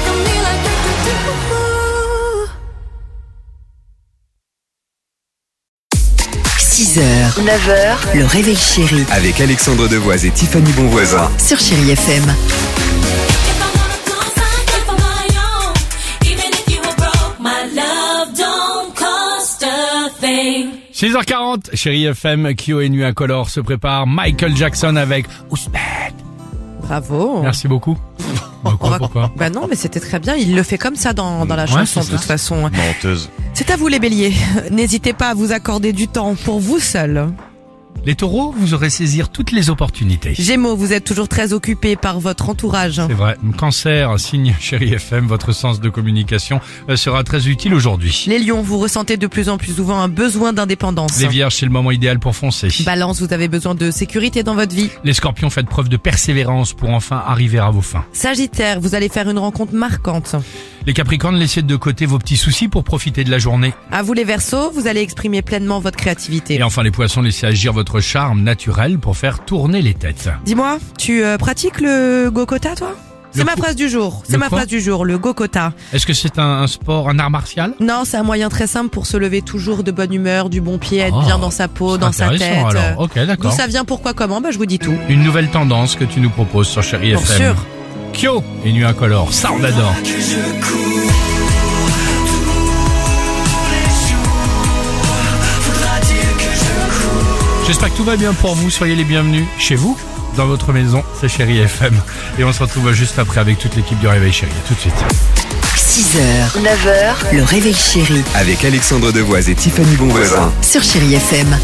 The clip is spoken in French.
on me like do, do, do, do. 6h, 9h, le réveil chéri Avec Alexandre Devoise et Tiffany Bonvoisin. sur Chérie FM. If I wanna close, I get on my own. Even if you were broke, my love don't cost a thing. 6h40, chérie FM, Kyo et Nuit Incolore se prépare. Michael Jackson avec Ousmane. Bravo. Merci beaucoup. Bah quoi, pourquoi Bah non, mais c'était très bien. Il le fait comme ça dans, dans la Ouais, chanson, de c'est ça. toute façon. C'est à vous, les béliers. N'hésitez pas à vous accorder du temps pour vous seuls. Les taureaux, vous aurez saisir toutes les opportunités. Gémeaux, vous êtes toujours très occupés par votre entourage. C'est vrai. Cancer, signe chérie FM, votre sens de communication euh, sera très utile aujourd'hui. Les lions, vous ressentez de plus en plus souvent un besoin d'indépendance. Les vierges, c'est le moment idéal pour foncer. Balance, vous avez besoin de sécurité dans votre vie. Les scorpions, faites preuve de persévérance pour enfin arriver à vos fins. Sagittaire, vous allez faire une rencontre marquante. Les capricornes, laissez de côté vos petits soucis pour profiter de la journée. À vous, les versos, vous allez exprimer pleinement votre créativité. Et enfin les poissons, laissez agir votre charme naturel pour faire tourner les têtes. Dis-moi, tu euh, pratiques le gokota, toi Le C'est ma quoi phrase du jour. C'est Le ma quoi phrase du jour, le gokota. Est-ce que c'est un- un sport, un art martial Non, c'est un moyen très simple pour se lever toujours de bonne humeur, du bon pied, être Ah, bien dans sa peau, Oh, dans sa tête. Intéressant, alors. euh, Ok, D'où d'accord. ça vient, pourquoi, comment, bah, je vous dis tout. Une nouvelle tendance que tu nous proposes sur Chéri Pour FM. sûr. Kyo et Nuit Incolore. Ça, on adore. J'espère que tout va bien pour vous. Soyez les bienvenus chez vous, dans votre maison. C'est Chéri FM. Et on se retrouve juste après avec toute l'équipe du Réveil Chéri. À tout de suite. 6h, 9h, le réveil chéri Avec Alexandre Devoise et Tiffany Bonvoisin. sur Chérie FM.